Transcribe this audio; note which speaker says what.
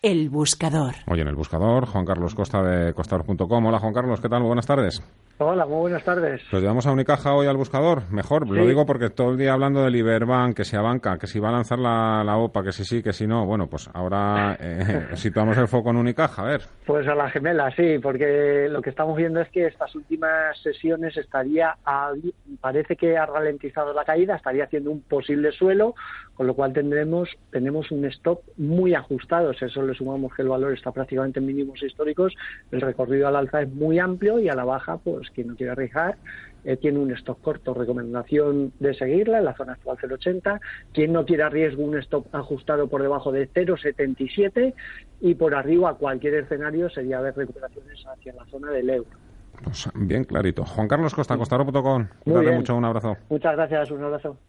Speaker 1: El Buscador.
Speaker 2: Hoy en El Buscador, Juan Carlos Costa de costar.com. Hola Juan Carlos, ¿qué tal? Muy buenas tardes.
Speaker 3: Hola, muy buenas tardes.
Speaker 2: Los llevamos a Unicaja hoy al Buscador. Mejor, lo
Speaker 3: Sí.
Speaker 2: digo porque todo el día hablando del Iberbank, que si banca, que si va a lanzar la, la OPA, que si sí, que si no. Bueno, pues ahora eh, situamos el foco en Unicaja, a ver.
Speaker 3: Pues a la gemela, sí, porque lo que estamos viendo es que estas últimas sesiones estaría, a- parece que ha ralentizado la caída, estaría haciendo un posible suelo, con lo cual tendremos tenemos un stop muy ajustado. Si a eso le sumamos que el valor está prácticamente en mínimos históricos, el recorrido al alza es muy amplio y a la baja, pues quien no quiere arriesgar. eh, tiene un stop corto, recomendación de seguirla en la zona actual 0,80. Quien no quiere arriesgo, un stop ajustado por debajo de 0,77 y por arriba cualquier escenario sería ver recuperaciones hacia la zona del euro.
Speaker 2: Pues bien clarito. Juan Carlos Costa, costaro.com.
Speaker 3: Muy
Speaker 2: Cuídate
Speaker 3: bien.
Speaker 2: mucho, un abrazo.
Speaker 3: Muchas gracias, un abrazo.